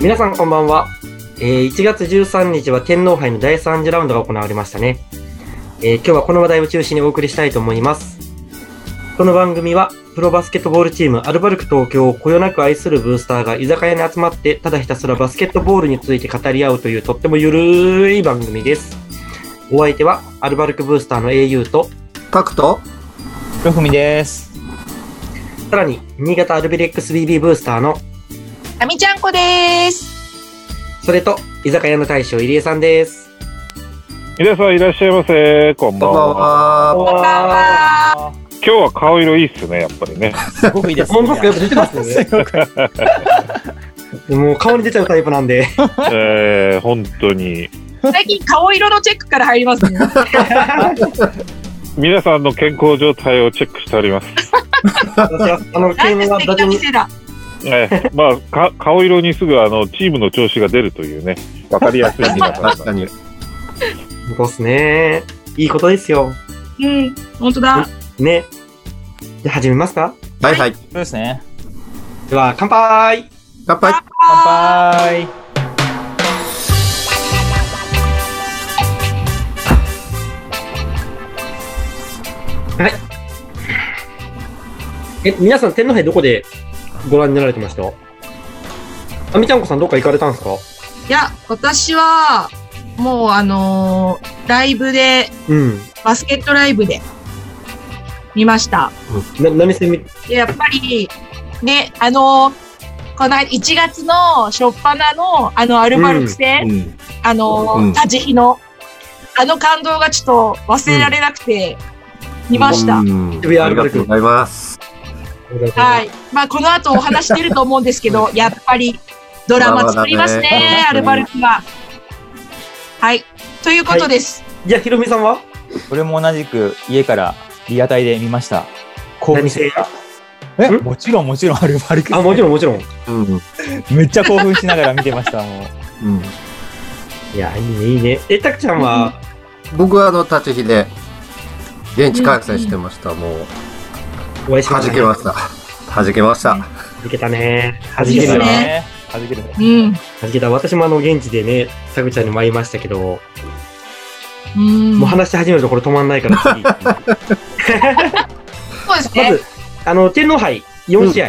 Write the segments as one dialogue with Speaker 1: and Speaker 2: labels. Speaker 1: 皆さんこんばんは、えー1月13日は天皇杯の第3次ラウンドが行われましたね、えー今日はこの話題を中心にお送りしたいと思いますこの番組はプロバスケットボールチームアルバルク東京をこよなく愛するブースターが居酒屋に集まってただひたすらバスケットボールについて語り合うというとってもゆるい番組ですお相手はアルバルクブースターの au と
Speaker 2: タクト
Speaker 3: 黒文です。
Speaker 1: さらに新潟アルビレックス BB ブースターの
Speaker 4: あみちゃんこです。
Speaker 1: それと居酒屋の大将入江さんです
Speaker 5: 皆さんいらっしゃいませ。こんば
Speaker 2: こん
Speaker 5: ん
Speaker 2: ばん
Speaker 5: は。
Speaker 2: は。
Speaker 4: こんばんは。
Speaker 5: 今日は顔色いいっすね、やっぱ りね。
Speaker 3: すごいです
Speaker 1: 本格やっぱ出てますね
Speaker 3: すごく
Speaker 1: もう顔に出ちゃうタイプなん で。
Speaker 5: えー、本当に。
Speaker 4: 最近顔色のチェックから入りますね。
Speaker 5: 皆さんの健康状態をチェックしております。
Speaker 1: 私は、あの、
Speaker 4: な
Speaker 1: ゲー
Speaker 4: ん
Speaker 1: ム
Speaker 4: て素
Speaker 1: が打
Speaker 4: 敵な
Speaker 1: 順に、
Speaker 4: 店だ。
Speaker 5: えー、 まあ、か顔色にすぐあの、チームの調子が出るというね、わかりやすい皆さんなんで
Speaker 2: 確かに。
Speaker 1: そうっすね。いいことですよ。
Speaker 4: うん、本当だ。
Speaker 1: ね。じゃあ始めますか
Speaker 2: はいはい。
Speaker 3: そうですね。
Speaker 1: では、乾杯
Speaker 2: 乾杯。
Speaker 3: 乾杯。
Speaker 1: え、皆さん、天皇杯どこでご覧になられてましたあみちゃんこさんどっか行かれたんですか
Speaker 4: いや、私は、もうあのーライブで、
Speaker 1: うん。
Speaker 4: バスケットライブで、見ました。
Speaker 1: な、何戦み、
Speaker 4: で、やっぱり、ね、あのーこの間1月の初っ端の、あの、アルバルク戦、
Speaker 2: うん。
Speaker 4: あのー
Speaker 2: うん
Speaker 4: 立ち日の、あの感動がちょっと忘れられなくて、見ました。
Speaker 2: うん
Speaker 1: 渋谷
Speaker 2: あ
Speaker 1: アル
Speaker 2: り
Speaker 1: バ
Speaker 2: が
Speaker 1: ルク。
Speaker 2: とうございます。
Speaker 4: はいい。まあ、この後お話してると思うんですけど、やっぱりドラマ作ります
Speaker 2: ドラマだ
Speaker 4: ね
Speaker 2: ね、
Speaker 4: アルバルクは。はい。ということです。
Speaker 1: じゃあ、ひろみさんは
Speaker 3: 俺も同じく家からリアタイで見ました。興奮
Speaker 1: 何
Speaker 3: して
Speaker 1: 戦
Speaker 3: え、
Speaker 1: ん
Speaker 3: もちろんもちろんア ルバルク。
Speaker 1: あ、もちろんもちろん。
Speaker 2: うん。うん。
Speaker 3: めっちゃ興奮しながら見てました。 もう。
Speaker 1: いや、いいね、いいね。え、たくちゃんは、
Speaker 2: 僕はあの、立ち日で、現地観戦してました。もう、
Speaker 1: お会いしま
Speaker 2: 弾
Speaker 1: した、
Speaker 2: けました。弾けました。
Speaker 1: 弾けたね。弾け
Speaker 4: いいで
Speaker 1: る
Speaker 4: す
Speaker 1: な。
Speaker 4: ね。
Speaker 3: はじけるね。
Speaker 4: うん。
Speaker 1: 弾けた。私もあの、現地でね、たくちゃんにも会いましたけど、
Speaker 4: うん
Speaker 1: もう。話し始めるとこれ止まんないから次。
Speaker 4: そう です
Speaker 1: ま
Speaker 4: ね。
Speaker 1: ず、あの、天皇杯4試合、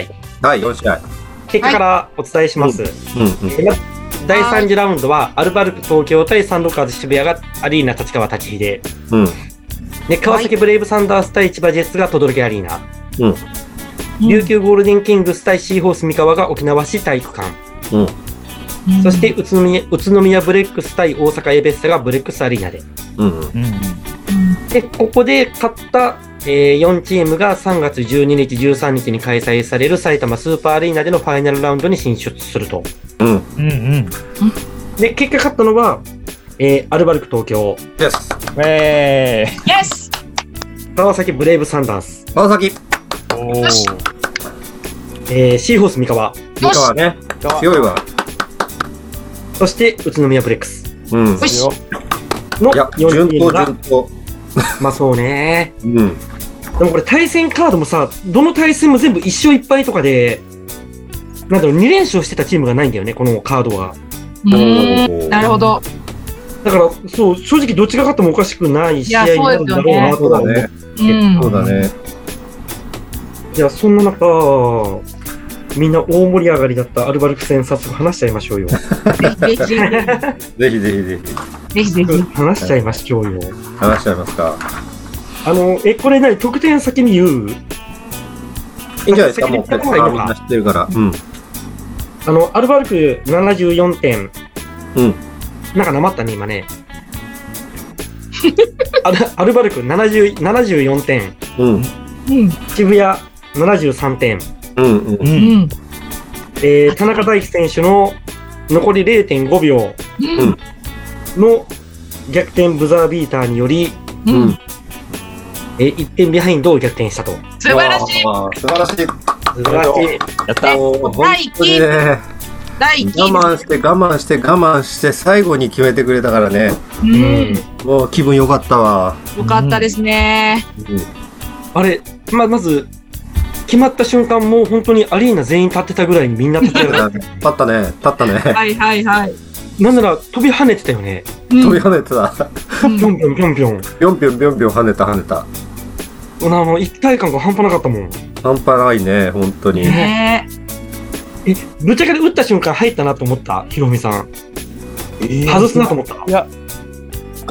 Speaker 2: はい、4試合。
Speaker 1: 結果からお伝えします。
Speaker 2: うん。
Speaker 1: でまず第3次ラウンドは、アルバルク東京対サンロッカーズ渋谷がアリーナ立川立飛で、
Speaker 2: うん。
Speaker 1: で川崎ブレイブサンダース対千葉ジェッツが轟アリーナ、
Speaker 4: うん
Speaker 1: 琉球ゴールデンキングス対シーホース三河が沖縄市体育館、
Speaker 2: うん。
Speaker 4: うん
Speaker 1: そして宇都宮宇都宮ブレックス対大阪エベッサがブレックスアリーナで、
Speaker 2: うん。うん。
Speaker 3: うんうん。
Speaker 4: うん
Speaker 1: で、ここで勝った、え4チームが3月12日、13日に開催される埼玉スーパーアリーナでのファイナルラウンドに進出すると。
Speaker 2: うん。
Speaker 3: うんうん。
Speaker 1: で、結果勝ったのは、えーアルバルク東京、
Speaker 2: です。
Speaker 3: ええ。
Speaker 4: イエス
Speaker 1: 川崎ブレイブサンダース、
Speaker 2: 川崎。
Speaker 3: お
Speaker 4: よし
Speaker 1: えーシーホース三河、
Speaker 4: よ
Speaker 2: 三
Speaker 4: し
Speaker 2: 河ね。強いわ。
Speaker 1: そして宇都宮ブレックス
Speaker 2: うん。い
Speaker 4: よし
Speaker 3: よ。
Speaker 1: の
Speaker 2: や
Speaker 1: 4、チ
Speaker 2: 順
Speaker 1: ーム
Speaker 2: 当、
Speaker 1: が
Speaker 2: 順、当。
Speaker 1: まあそうね。
Speaker 2: うん。
Speaker 1: でもこれ対戦カードもさ、どの対戦も全部一勝一敗とかで、なんだろう、2連勝してたチームがないんだよね、このカードは。
Speaker 4: う
Speaker 2: お
Speaker 4: ん。
Speaker 2: ー
Speaker 4: なるほど。
Speaker 1: だから、そう、正直どっちが勝ってもおかしくない試合になるんだろうなと
Speaker 2: そう
Speaker 1: は
Speaker 2: だ
Speaker 1: 思う
Speaker 2: ね。
Speaker 4: うん
Speaker 2: そう。だね。
Speaker 1: いや、そんな中、みんな大盛り上がりだったアルバルク戦、早速話しちゃいましょ うよ。
Speaker 4: ぜひぜ
Speaker 2: ぜひぜひぜひ。
Speaker 4: ひ。ぜひぜひ。
Speaker 1: 話しちゃいましょうよ。
Speaker 2: 話しちゃいますか。
Speaker 1: あの、え、これ何得点先に言う
Speaker 2: いいんじゃないですか、
Speaker 1: 先に
Speaker 2: もう
Speaker 1: 言った
Speaker 2: 結
Speaker 1: 方がいい
Speaker 2: 構
Speaker 1: の
Speaker 2: みんな
Speaker 1: か。
Speaker 2: 知ってるから。うん。
Speaker 1: あの、アルバルク74点。
Speaker 2: うん。
Speaker 1: なんかなまったね、今ね。 アルアルバルク70 74点。
Speaker 2: うん。
Speaker 4: うん。
Speaker 1: 渋谷73点。
Speaker 2: うん。うん。
Speaker 3: う。
Speaker 4: うんん。
Speaker 1: えー、田中大輝選手の残り0.5秒
Speaker 4: うん。
Speaker 1: の逆転ブザービーターにより、
Speaker 4: う
Speaker 2: うんん。
Speaker 1: えー、1点ビハインドを逆転したと。
Speaker 4: 素晴らしい。
Speaker 2: わあ素晴らしい。
Speaker 1: 素晴らしい。
Speaker 3: やった。
Speaker 2: もう本
Speaker 4: 第一
Speaker 2: 当に
Speaker 4: 期
Speaker 2: ね、
Speaker 4: 第1期。
Speaker 2: 我慢して我慢して我慢して最後に決めてくれたからね。
Speaker 4: うん。
Speaker 2: もう気分良かったわ。
Speaker 4: よかったですね。
Speaker 2: うん
Speaker 1: あれ、ま、まず、決まった瞬間、もう本当にアリーナ全員立ってたぐらいにみんな立ってたよね。
Speaker 2: 立ったね、立ったね。
Speaker 4: はいはいはい。
Speaker 1: なんなら飛び跳ねてたよね。
Speaker 4: うん
Speaker 2: 飛び跳ねてた。
Speaker 1: ぴょんぴょんぴょんぴょん。
Speaker 2: ぴょんぴょんぴょんぴょん跳ねた跳ねた。
Speaker 1: あの、一体感が半端なかったもん。
Speaker 2: 半端ないね、本当に。
Speaker 4: ね
Speaker 1: え、ぶっちゃけで打った瞬間入ったなと思った、ヒロミさん。外すなと思った。
Speaker 3: いや、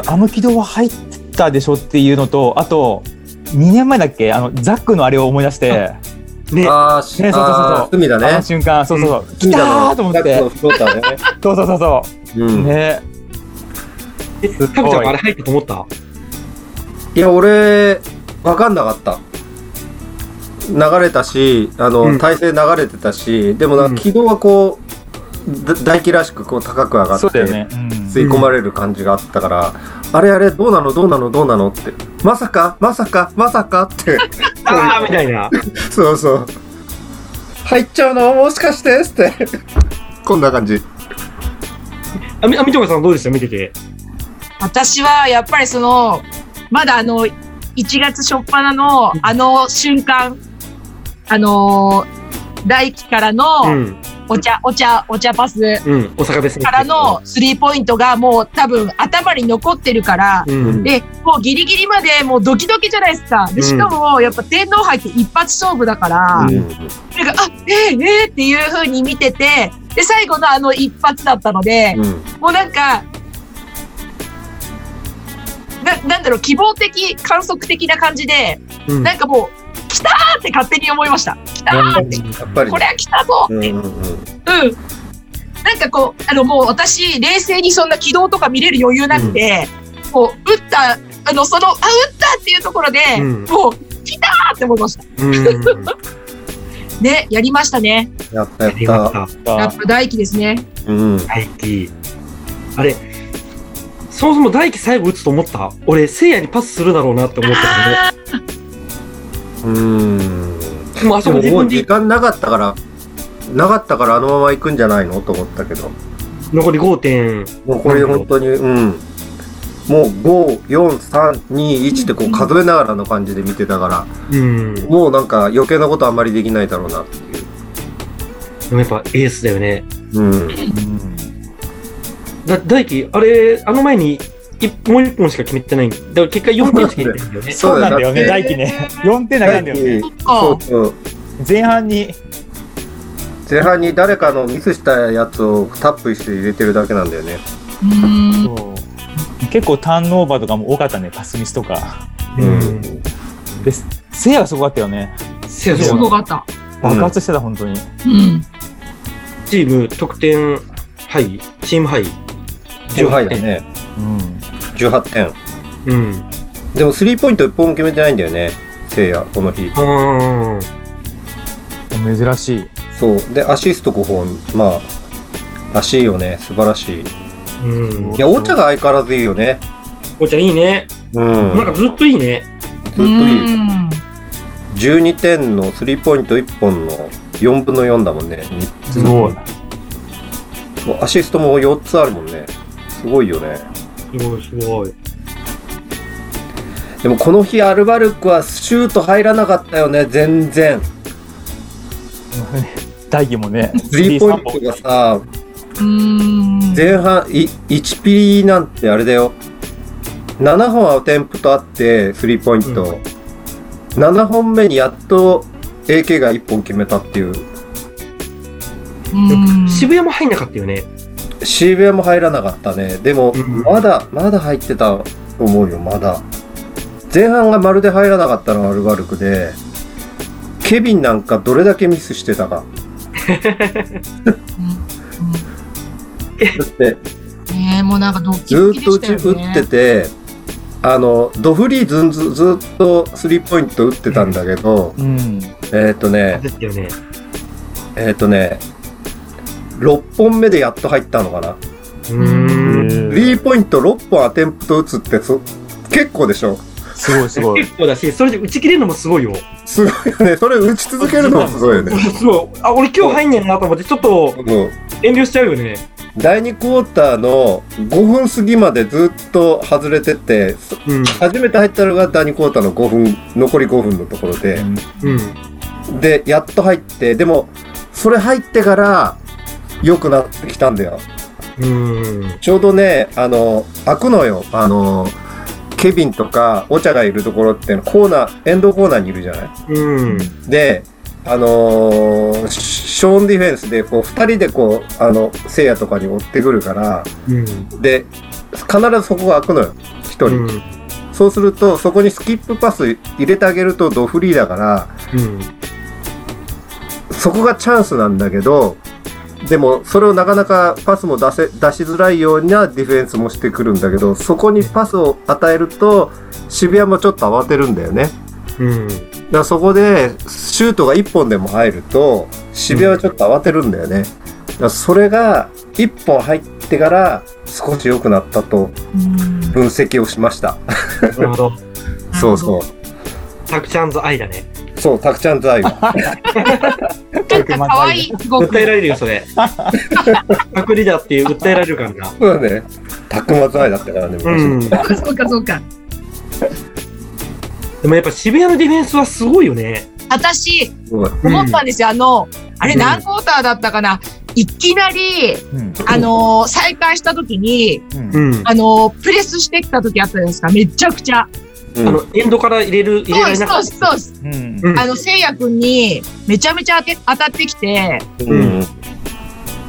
Speaker 3: あの軌道は入ったでしょっていうのと、あと、2年前だっけあの、ザックのあれを思い出して、
Speaker 1: ね、
Speaker 2: あーし、
Speaker 3: ねそうそうそうそう
Speaker 2: あー隅だ
Speaker 3: あの
Speaker 2: ね。
Speaker 3: 瞬間、そうそうそう、来
Speaker 2: 隅
Speaker 3: た
Speaker 2: だ
Speaker 3: ーと思って、
Speaker 2: ね。そうだね。
Speaker 3: そうそうそうそうう、
Speaker 2: ん。
Speaker 3: ね、
Speaker 1: え、タブちゃんがあれ入ったと思った
Speaker 2: いや、俺、わかんなかった。流れたし、あの、
Speaker 1: うん
Speaker 2: 体勢流れてたし、でもな
Speaker 1: うん
Speaker 2: んか軌道はこう、だ大輝らしくこう高く上がって、
Speaker 3: そうだよね。うん
Speaker 2: 吸い込まれる感じがあったから、あれあれ、どうなのどうなのどうなのって、まさかまさかまさか って、
Speaker 1: あーみたいな。
Speaker 2: そうそう。入っちゃうのもしかしてって。こんな感じ。
Speaker 1: あ、み、あ、みとこさんどうでした見てて。
Speaker 4: 私はやっぱりその、まだあの、1月初っ端のあの瞬間、あのー大輝から
Speaker 1: う
Speaker 4: の
Speaker 1: ん。
Speaker 4: お茶、お茶、お茶パス
Speaker 1: うん。大阪ですね。
Speaker 4: からのスリーポイントがもう多分頭に残ってるから、
Speaker 1: うん。
Speaker 4: で、もうギリギリまでもうドキドキじゃないですか。で、しかもやっぱ天皇杯って一発勝負だから、
Speaker 1: うん
Speaker 4: なんか、あ、えー、えー、っていう風に見てて、で、最後のあの一発だったので、
Speaker 2: うん
Speaker 4: もうなんか、な、なんだろう、希望的、観測的な感じで、
Speaker 1: うん
Speaker 4: なんかもう、来たーって勝手に思いました。来たーって、
Speaker 2: やっぱり
Speaker 4: こ。れは来たぞ
Speaker 2: う
Speaker 4: っ
Speaker 2: ん
Speaker 4: て。うん。
Speaker 2: うんうん
Speaker 4: なんかこう、あのもう私、冷静にそんな軌道とか見れる余裕なくて、こう、打った、あの、その、あ、打ったっていうところで、
Speaker 1: うん
Speaker 4: もう、来たーって思いました。
Speaker 1: うん。
Speaker 4: ね、やりましたね。
Speaker 2: やった
Speaker 1: ありま
Speaker 2: や
Speaker 1: し。
Speaker 2: った
Speaker 4: やっぱ大輝ですね。
Speaker 2: た。うん。
Speaker 1: 大輝。あれ、そもそも大輝最後打つと思った俺、聖夜にパスするだろうなって思ったからね。
Speaker 2: うん。
Speaker 1: もうあ
Speaker 2: で
Speaker 1: そこ
Speaker 2: も
Speaker 1: 自
Speaker 2: も
Speaker 1: 分
Speaker 2: う
Speaker 1: で
Speaker 2: 時間なかったから、なかったからあのまま行くんじゃないのと思ったけど。
Speaker 1: 残り5点。
Speaker 2: もうこれ本当に、うん。もう5、4、3、2、1ってこう数えながらの感じで見てたから、
Speaker 1: うん。で
Speaker 2: もうなんか余計なことあんまりできないだろうなっていう。
Speaker 1: もやっぱエースだよね。
Speaker 2: うん。
Speaker 1: だ大輝、あれ、あの前に一もう1本しか決めてない。だから結果4点しか決めてないんだよね。
Speaker 3: そうなんだよね、
Speaker 2: そうだ
Speaker 3: 大輝ね。4点投げんだよね。
Speaker 4: そっ
Speaker 2: そ
Speaker 4: か
Speaker 2: う。そう。
Speaker 3: 前半に、
Speaker 2: 前半に誰かのミスしたやつをタップして入れてるだけなんだよね。
Speaker 4: うーん。
Speaker 3: 結構ターンオーバーとかも多かったね、パスミスとか。
Speaker 1: うん。
Speaker 3: で、せいやがすごかったよね。
Speaker 1: せや
Speaker 4: す
Speaker 1: そう
Speaker 4: ごかった。
Speaker 3: 爆発してた、本当に。
Speaker 4: うん。
Speaker 1: チーム得点、はい。チームハイ。
Speaker 2: 18点ね。
Speaker 3: うん。
Speaker 2: 18点。
Speaker 1: うん。
Speaker 2: でもスリーポイント一本も決めてないんだよね。せいや、この日。
Speaker 1: あ
Speaker 3: 珍しい。
Speaker 2: そう。で、アシスト5本。まあ、らしいよね。素晴らしい。い
Speaker 1: ーうん。
Speaker 2: や、お茶が相変わらずいいよね。
Speaker 1: お茶いいね。
Speaker 2: うん。
Speaker 1: なんかずっといいね。
Speaker 2: ずっといい。
Speaker 4: うん
Speaker 2: 12点のスリーポイント1本の4分の4だもんね。
Speaker 3: すご
Speaker 2: も
Speaker 3: い。
Speaker 2: うアシストも4つあるもんね。すごいよね。
Speaker 1: すごいすごい。
Speaker 2: でもこの日アルバルクはシュート入らなかったよね。全然。
Speaker 3: 大輝もね、
Speaker 2: スリーポイントがさ、
Speaker 4: うーん。
Speaker 2: 前半い1ピリなんてあれだよ7本アテンプトあってスリーポイント、
Speaker 1: う
Speaker 2: 7本目にやっと AK が1本決めたっていう
Speaker 4: うん
Speaker 1: 渋谷も入んなかったよね。
Speaker 2: 渋谷も入らなかったねでも
Speaker 1: うん
Speaker 2: まだまだ入ってたと思うよまだ前半がまるで入らなかったのがアルバルクでケビンなんかどれだけミスしてたかだって
Speaker 4: ねえもうなんかドッ
Speaker 2: ず
Speaker 4: キド
Speaker 2: ー
Speaker 4: キ
Speaker 2: っ
Speaker 4: で
Speaker 2: と
Speaker 4: し
Speaker 2: 打
Speaker 4: たよ
Speaker 2: ち
Speaker 4: ね。
Speaker 2: 打ってて、あのドフリーずんずずーっとスリーポイント打ってたんだけど、
Speaker 3: うん。
Speaker 2: えーっとね
Speaker 1: だったよね。
Speaker 2: えっ、とね、6本目でやっと入ったのかな。
Speaker 1: うーん。
Speaker 2: スリーポイント6本アテンプト打つってそ結構でしょ。
Speaker 3: すごいすごい。
Speaker 1: 結構だし、それで打ち切れるのもすごいよ。
Speaker 2: すごいよね。それ打ち続けるのもすごいよね。
Speaker 1: すごい。あ、俺今日入んねんなと思って、ちょっと
Speaker 2: うん
Speaker 1: 遠慮しちゃうよね。
Speaker 2: 第2クォーターの5分過ぎまでずっと外れてて、そ
Speaker 1: うん。
Speaker 2: 初めて入ったのが第2クォーターの5分、残り5分のところで、
Speaker 1: うん。
Speaker 2: で、やっと入って、でも、それ入ってから、良くなってきたんだよ。
Speaker 1: うーん。
Speaker 2: ちょうどね、あの、開くのよ。あの、ケビンとか、お茶がいるところって、コーナー、エンドコーナーにいるじゃない
Speaker 1: うん。
Speaker 2: で、あのーシショーンディフェンスで、こう、二人でこう、あの、聖夜とかに追ってくるから、
Speaker 1: うん。
Speaker 2: で、必ずそこが開くのよ。一人。
Speaker 1: うん。
Speaker 2: そうすると、そこにスキップパス入れてあげるとドフリーだから、
Speaker 1: うん。
Speaker 2: そこがチャンスなんだけど、でも、それをなかなかパスも出せ、出しづらいようなディフェンスもしてくるんだけど、そこにパスを与えると、渋谷もちょっと慌てるんだよね。
Speaker 1: うん。
Speaker 2: だからそこで、シュートが1本でも入ると、渋谷はちょっと慌てるんだよね。だからそれが、1本入ってから、少し良くなったと分析をしました。
Speaker 1: なるほど。
Speaker 2: そうそう。
Speaker 1: タクちゃんズ愛だね。
Speaker 2: そう、たくちゃんと愛を。
Speaker 4: なんか可愛い
Speaker 1: 訴え
Speaker 4: 語
Speaker 1: ら
Speaker 4: 句。
Speaker 1: れるよ、そ れ。パクリだっていう訴えられるからな。
Speaker 2: そうだね。たくまつ愛だったからね、
Speaker 1: う
Speaker 2: 昔。
Speaker 1: ん。で
Speaker 4: そうかそうか。
Speaker 1: もやっぱ渋谷のディフェンスはすごいよね。
Speaker 4: 私、
Speaker 2: すごい。
Speaker 4: 思ったんですよ。あの、あれ
Speaker 1: うん
Speaker 4: 何クォーターだったかな。いきなり、
Speaker 3: うん
Speaker 4: あのー再開した時に、
Speaker 3: うん
Speaker 1: うん。うん
Speaker 4: あのープレスしてきた時あったじゃないですか。めちゃくちゃ。
Speaker 2: うん
Speaker 1: あの、エンドから入れる、入れ
Speaker 4: そう
Speaker 1: ら
Speaker 4: で
Speaker 1: れ
Speaker 4: す、
Speaker 1: な
Speaker 4: そ
Speaker 1: か
Speaker 4: う
Speaker 1: っ
Speaker 4: です、そうです。
Speaker 3: うん
Speaker 1: た。うん。
Speaker 4: あの、せいやくんに、めちゃめちゃ当て当たってきて、
Speaker 2: うん。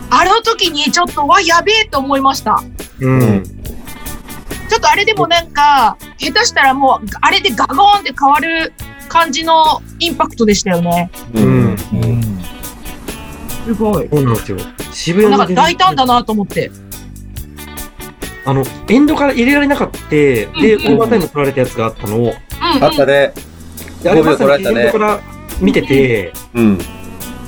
Speaker 4: あの時にちょっと、わ、やべえと思いました。
Speaker 1: うん。
Speaker 4: ちょっとあれでもなんか、下手したらもう、あれでガゴーンって変わる感じのインパクトでしたよね。
Speaker 1: うん。
Speaker 3: うん
Speaker 4: すごい。
Speaker 1: そうなんですよ。渋谷
Speaker 4: なん
Speaker 1: の
Speaker 4: か
Speaker 1: ディフェンス
Speaker 4: 大胆だなと思って。
Speaker 1: あの、エンドから入れられなかった。で、オ
Speaker 4: うん
Speaker 1: ーバータイム取られたやつがあったのを。
Speaker 4: うん、
Speaker 2: あったね。
Speaker 4: う
Speaker 1: であれ
Speaker 2: 5秒
Speaker 1: ま
Speaker 2: 取
Speaker 1: さ
Speaker 2: ら
Speaker 1: にエ
Speaker 2: れた
Speaker 1: ンド
Speaker 2: ね
Speaker 1: か。ら見てて、
Speaker 2: うん。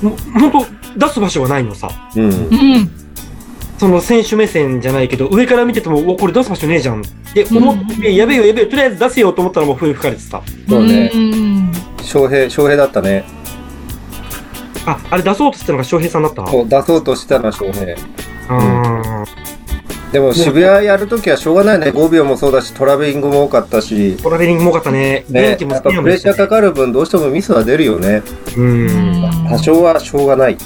Speaker 1: もほんと出す場所がないのさ。
Speaker 2: うん。
Speaker 4: ん。うん。
Speaker 1: その選手目線じゃないけど、上から見てても、うわこれ出す場所ねえじゃんって思って、やべえよ、やべえよ、とりあえず出せよと思ったらもう笛吹かれてた。
Speaker 2: そうね
Speaker 4: ん
Speaker 2: 翔平、翔平だったね。
Speaker 1: あ、あれ出そうとしたのが翔平さんだった。
Speaker 2: こう出そうとしたのは翔平。
Speaker 1: あー
Speaker 2: でも渋谷やるときはしょうがないね。5秒もそうだし、トラベリングも多かったし。
Speaker 1: トラベリングも多かったね。
Speaker 2: ね
Speaker 1: 電、気も
Speaker 2: やっ
Speaker 1: 好
Speaker 2: ぱ
Speaker 1: き
Speaker 2: プ
Speaker 1: な
Speaker 2: レッシャーか
Speaker 1: か
Speaker 2: かる分どうしてもミスは出るよね。
Speaker 1: うん。
Speaker 2: 多少はしょうがない。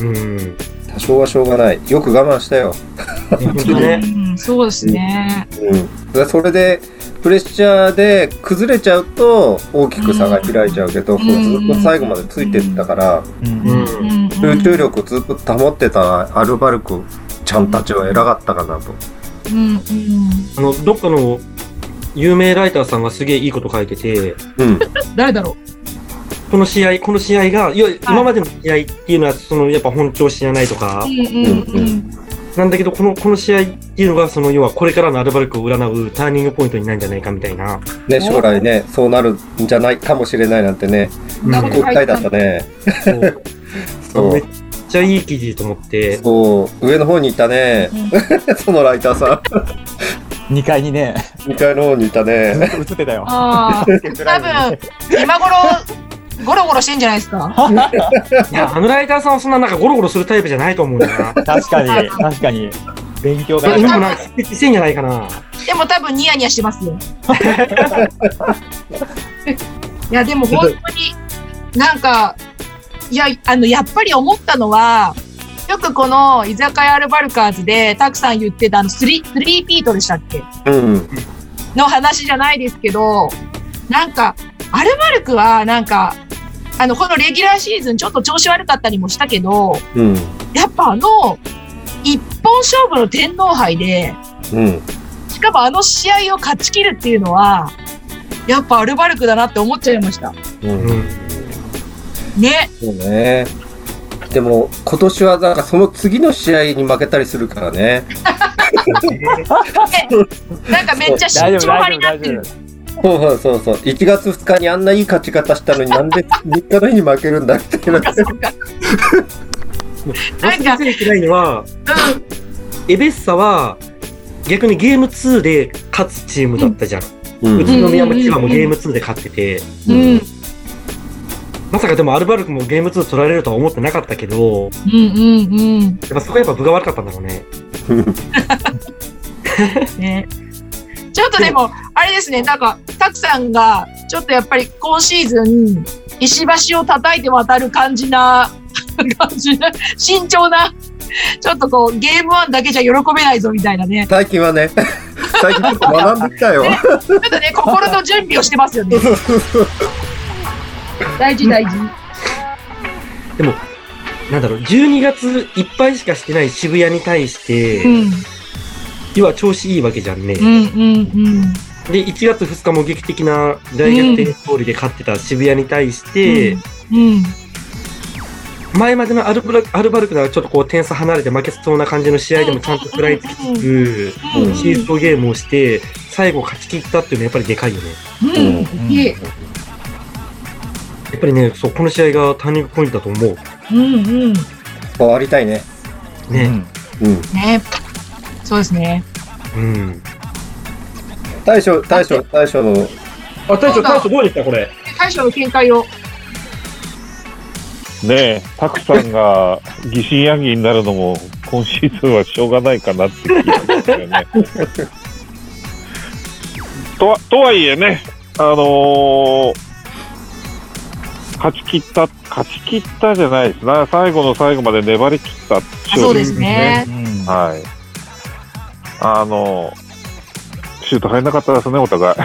Speaker 1: うん。
Speaker 2: 多少はしょうがない。よく我慢したよ。
Speaker 1: 本当だね。
Speaker 4: うんそうですね。
Speaker 2: うん。だそれで、プレッシャーで崩れちゃうと大きく差が開いちゃうけど、
Speaker 4: ん
Speaker 2: こうずっと最後までついてったから、
Speaker 3: うん
Speaker 1: うん。
Speaker 4: うん
Speaker 2: 集中力をずっと保ってたアルバルクちゃんたちは偉かったかなと。
Speaker 4: うんうん
Speaker 1: あの、どっかの有名ライターさんがすげえいいこと書いてて、
Speaker 2: うん。
Speaker 4: 誰だろ
Speaker 1: この試合、この試合が、いや、今までの試合っていうのは、その、やっぱ本調子じゃないとか
Speaker 4: う。う、んうんうん
Speaker 1: なんだけど、この、この試合っていうのが、その、要はこれからのアルバルクを占うターニングポイントになるんじゃないかみたいな。
Speaker 2: ね、将来ね、そうなるんじゃないかもしれないなんてね、
Speaker 4: なるほ
Speaker 2: 国
Speaker 4: ど
Speaker 2: 会だったね。
Speaker 1: そう
Speaker 2: そ
Speaker 1: めっ
Speaker 2: う。
Speaker 1: ちゃいい記事と思って、
Speaker 2: そう、上の方にいたね。 そのライターさ
Speaker 3: 二階にね、
Speaker 2: ん。2階の方にいた
Speaker 3: ず
Speaker 2: ね。
Speaker 3: っと映って たよ。
Speaker 4: ああ、多分今頃ゴロゴロしてんじゃないですか。
Speaker 1: いや、あのライターさんはそんななんかゴロゴロするタイプじゃないと思うんだ な。
Speaker 3: 確かに、確かに。勉強が
Speaker 1: 今も
Speaker 3: なか
Speaker 1: な
Speaker 3: っ
Speaker 1: んか、してんじゃないかな。
Speaker 4: でも多分ニヤニヤしてますよ。いやでも本当になんかいやあのやっぱり思ったのは。よくこの居酒屋アルバルカーズでたくさん言ってたあのスリスリーピートでしたっけ
Speaker 2: うん。
Speaker 4: の話じゃないですけど、なんか、アルバルクは、なんか、あの、このレギュラーシーズンちょっと調子悪かったりもしたけど、
Speaker 2: うん。
Speaker 4: やっぱあの、一本勝負の天皇杯で、
Speaker 2: うん。
Speaker 4: しかもあの試合を勝ち切るっていうのは、やっぱアルバルクだなって思っちゃいました。
Speaker 2: う。
Speaker 1: うんん。
Speaker 4: ね。
Speaker 2: そうね。でも、今年はなんかその次の試合に負けたりするからね。
Speaker 4: なんかめっちゃ
Speaker 3: た。
Speaker 4: 慎重
Speaker 3: 大丈夫、
Speaker 4: 派になって
Speaker 3: 大丈夫、大丈
Speaker 4: る。
Speaker 3: 夫。
Speaker 2: そうそうそうそう。1月2日にあんないい勝ち方したのになんで3日の日に負けるんだみたいな。
Speaker 4: そうかなんか
Speaker 1: 忘れてないのは、エベッサは、逆にゲーム2で勝つチームだったじゃん。
Speaker 2: う
Speaker 1: 宇
Speaker 2: ん。
Speaker 1: 都宮も千葉もゲーム2で勝ってて、
Speaker 4: うん。うん。
Speaker 1: まさかでもアルバルクもゲーム2取られるとは思ってなかったけど、
Speaker 4: うん。うん。
Speaker 1: やっぱそこはやっぱ分が悪かったんだろうね。
Speaker 4: ね。ちょっとでも、あれですね、なんか、たくさんが、ちょっとやっぱり今シーズン、石橋を叩いて渡る感じな、 感じな、慎重な、ちょっとこう、ゲームワンだけじゃ喜べないぞみたいなね。
Speaker 2: 最近はね、最近ちょっと学んでき たよ。
Speaker 4: ちょっとね、心の準備をしてますよ ね。大事大事。
Speaker 1: でも、なんだろう、12月いっぱいしかしてない渋谷に対して、
Speaker 4: うん。
Speaker 1: 要は調子いいわけじゃんね。
Speaker 4: うんうんうん。
Speaker 1: で、1月2日も劇的な大逆転勝利で勝ってた渋谷に対して、
Speaker 4: うん。
Speaker 1: 前までのアルブラアルバルクならちょっとこう点差離れて負けそうな感じの試合でもちゃんと食らいつき
Speaker 4: うん
Speaker 1: つつ、
Speaker 4: うん
Speaker 1: シーソーゲームをして、最後勝ち切ったっていうのはやっぱりでかいよね。
Speaker 4: うん。うん。いい
Speaker 1: やっぱりね、そう、この試合がターニングポイントだと思う。
Speaker 4: うんうん。
Speaker 2: 終わりたいね。
Speaker 3: う
Speaker 1: ね。
Speaker 3: ん
Speaker 2: うん。
Speaker 4: ね。そうですね。
Speaker 1: うん。
Speaker 2: 大将、大将、大将の、
Speaker 1: あ、大
Speaker 4: 将大将
Speaker 1: どうでしたこれ。
Speaker 4: 大将の見解を。
Speaker 5: ねえ、たくさんが疑心暗鬼になるのも、今シーズンはしょうがないかなって気がしますよね。とはとはいえね、あのー勝ち切った、勝ち切ったじゃないですな、最後の最後まで粘り切った
Speaker 4: あそうですね。
Speaker 3: うん
Speaker 5: はい。あのシュート入んなかったですね、お互い。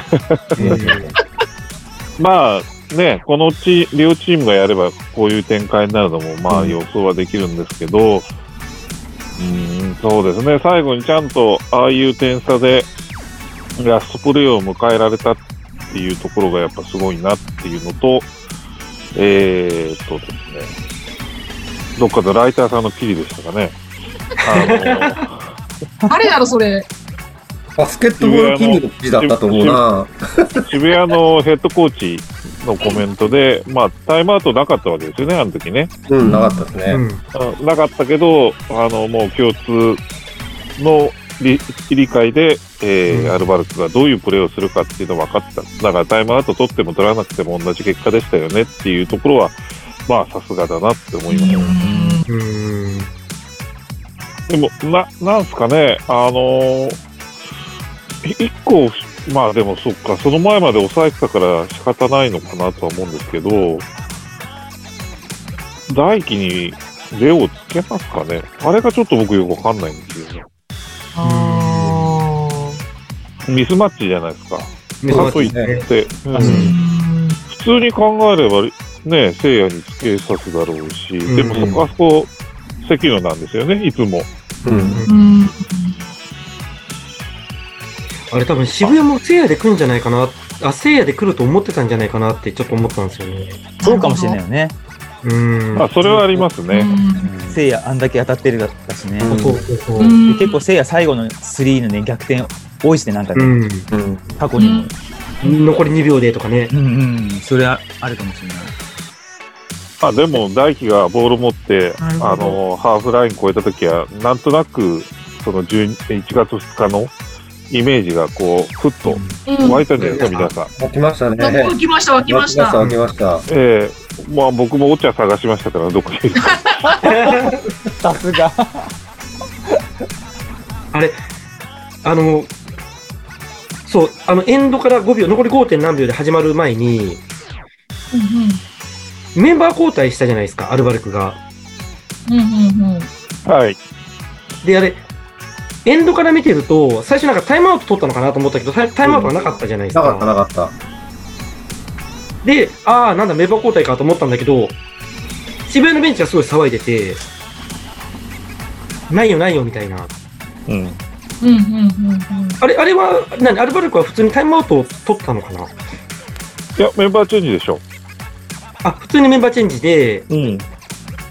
Speaker 5: まあね、このち両チームがやればこういう展開になるのもまあ予想はできるんですけど、うーん、そうですね、最後にちゃんとああいう点差でラストプレーを迎えられたっていうところがやっぱすごいなっていうのと、えー、っとですね、どっかのライターさんの記事でしたかね。あ
Speaker 4: 誰だろ、それ。
Speaker 2: バスケットボールキングの記事だったと思うな。
Speaker 5: の渋谷のヘッドコーチのコメントで、まあ、タイムアウトなかったわけですよね、あの時ね。
Speaker 2: うん、なかったです
Speaker 1: う
Speaker 2: ね。
Speaker 1: ん。
Speaker 5: うんなかったけど、あのもう共通の理理解で、えー
Speaker 1: うん
Speaker 5: アルバルクがどういうプレーをするかっていうのは分かった、だからタイムアウト取っても取らなくても同じ結果でしたよねっていうところは、まあさすがだなって思います。
Speaker 1: うん。
Speaker 5: でも、な、なんすかね、あのー、一個、まあでもそっか、その前まで抑えてたから仕方ないのかなとは思うんですけど、大輝にレオをつけますかねあれがちょっと僕よくわかんないんですよね。
Speaker 4: あ
Speaker 5: ミスマッチじゃないですか。
Speaker 1: ね
Speaker 5: かといっ
Speaker 1: そうですね
Speaker 5: て、うん
Speaker 3: う
Speaker 4: ー
Speaker 3: ん
Speaker 5: 普通に考えれば、ね、聖夜につけさすだろうし、でもそこ、あそこ、関野なんですよね、いつも。
Speaker 2: うん。
Speaker 4: うん。
Speaker 1: あれ多分渋谷も聖夜で来るんじゃないかな、あ、聖夜で来ると思ってたんじゃないかなってちょっと思ったんですよね。
Speaker 3: そうかもしれないよね。
Speaker 1: うん。
Speaker 5: まあ、それはありますね。
Speaker 3: せいや、あんだけ当たってるだったしね。
Speaker 1: そうそうそう。
Speaker 4: う
Speaker 1: うん
Speaker 4: ん
Speaker 3: で結構、せいや最後のスリーのね、逆転多いしね、なんかね、
Speaker 2: うん。
Speaker 3: 過去にも。
Speaker 1: 残り2秒でとかね
Speaker 3: う。んうん、それはあるかもしれない。
Speaker 5: あでも大輝がボール持って、
Speaker 4: なるほど
Speaker 5: あのハーフライン越えたときは、なんとなくその12 1月2日のイメージがこう、ふっと
Speaker 4: うん
Speaker 5: 湧いたんじゃないですか、皆さん。
Speaker 2: 湧きましたね。
Speaker 4: 湧きました、湧きました。
Speaker 2: 湧きました。湧きまし
Speaker 5: ええまあ、僕もお茶探しましたから、どこにいる か。
Speaker 3: さすが。
Speaker 1: あの、そう、あの、エンドから5秒、残り 5. 点何秒で始まる前に、メンバー交代したじゃないですか、アルバルクが。
Speaker 4: うんうんうんうん。
Speaker 5: はい。
Speaker 1: で、あれ、エンドから見てると、最初なんかタイムアウト取ったのかなと思ったけど、タイタイムアウトがなかったじゃないです
Speaker 2: た。な
Speaker 1: か。
Speaker 2: かった、なかった。
Speaker 1: で、ああ、なんだ、メンバー交代かと思ったんだけど、渋谷のベンチがすごい騒いでて、ないよないよみたいな。
Speaker 5: うん。
Speaker 4: うんうんうんうん。
Speaker 1: あれ、あれは、何、アルバルクは普通にタイムアウトを取ったのかない
Speaker 5: や、メンバーチェンジでしょ。
Speaker 1: あ、普通にメンバーチェンジで、
Speaker 5: うん。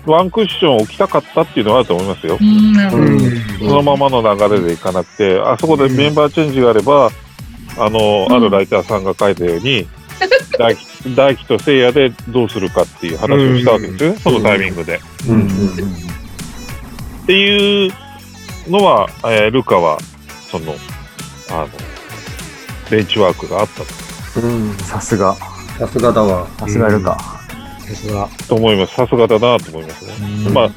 Speaker 5: ワンクッション置きたかったっていうのはあると思いますよ。
Speaker 4: うんなるほど
Speaker 2: うん
Speaker 5: そのままの流れでいかなくて、あそこでメンバーチェンジがあれば、あの、
Speaker 4: うん
Speaker 5: あるライターさんが書いたよう に、大輝大輝と聖夜でどうするかっていう話をしたわけですよね、そのタイミングで。
Speaker 2: う
Speaker 3: うんん
Speaker 2: うん
Speaker 5: っていうのは、えールカは、その、あの、ベンチワークがあった
Speaker 2: うん。うん。
Speaker 3: さすが。
Speaker 2: さすがだわ。
Speaker 3: さすがルカ。
Speaker 1: さすが。
Speaker 5: と思います。さすがだなと思いますね。
Speaker 3: うん
Speaker 5: まあ、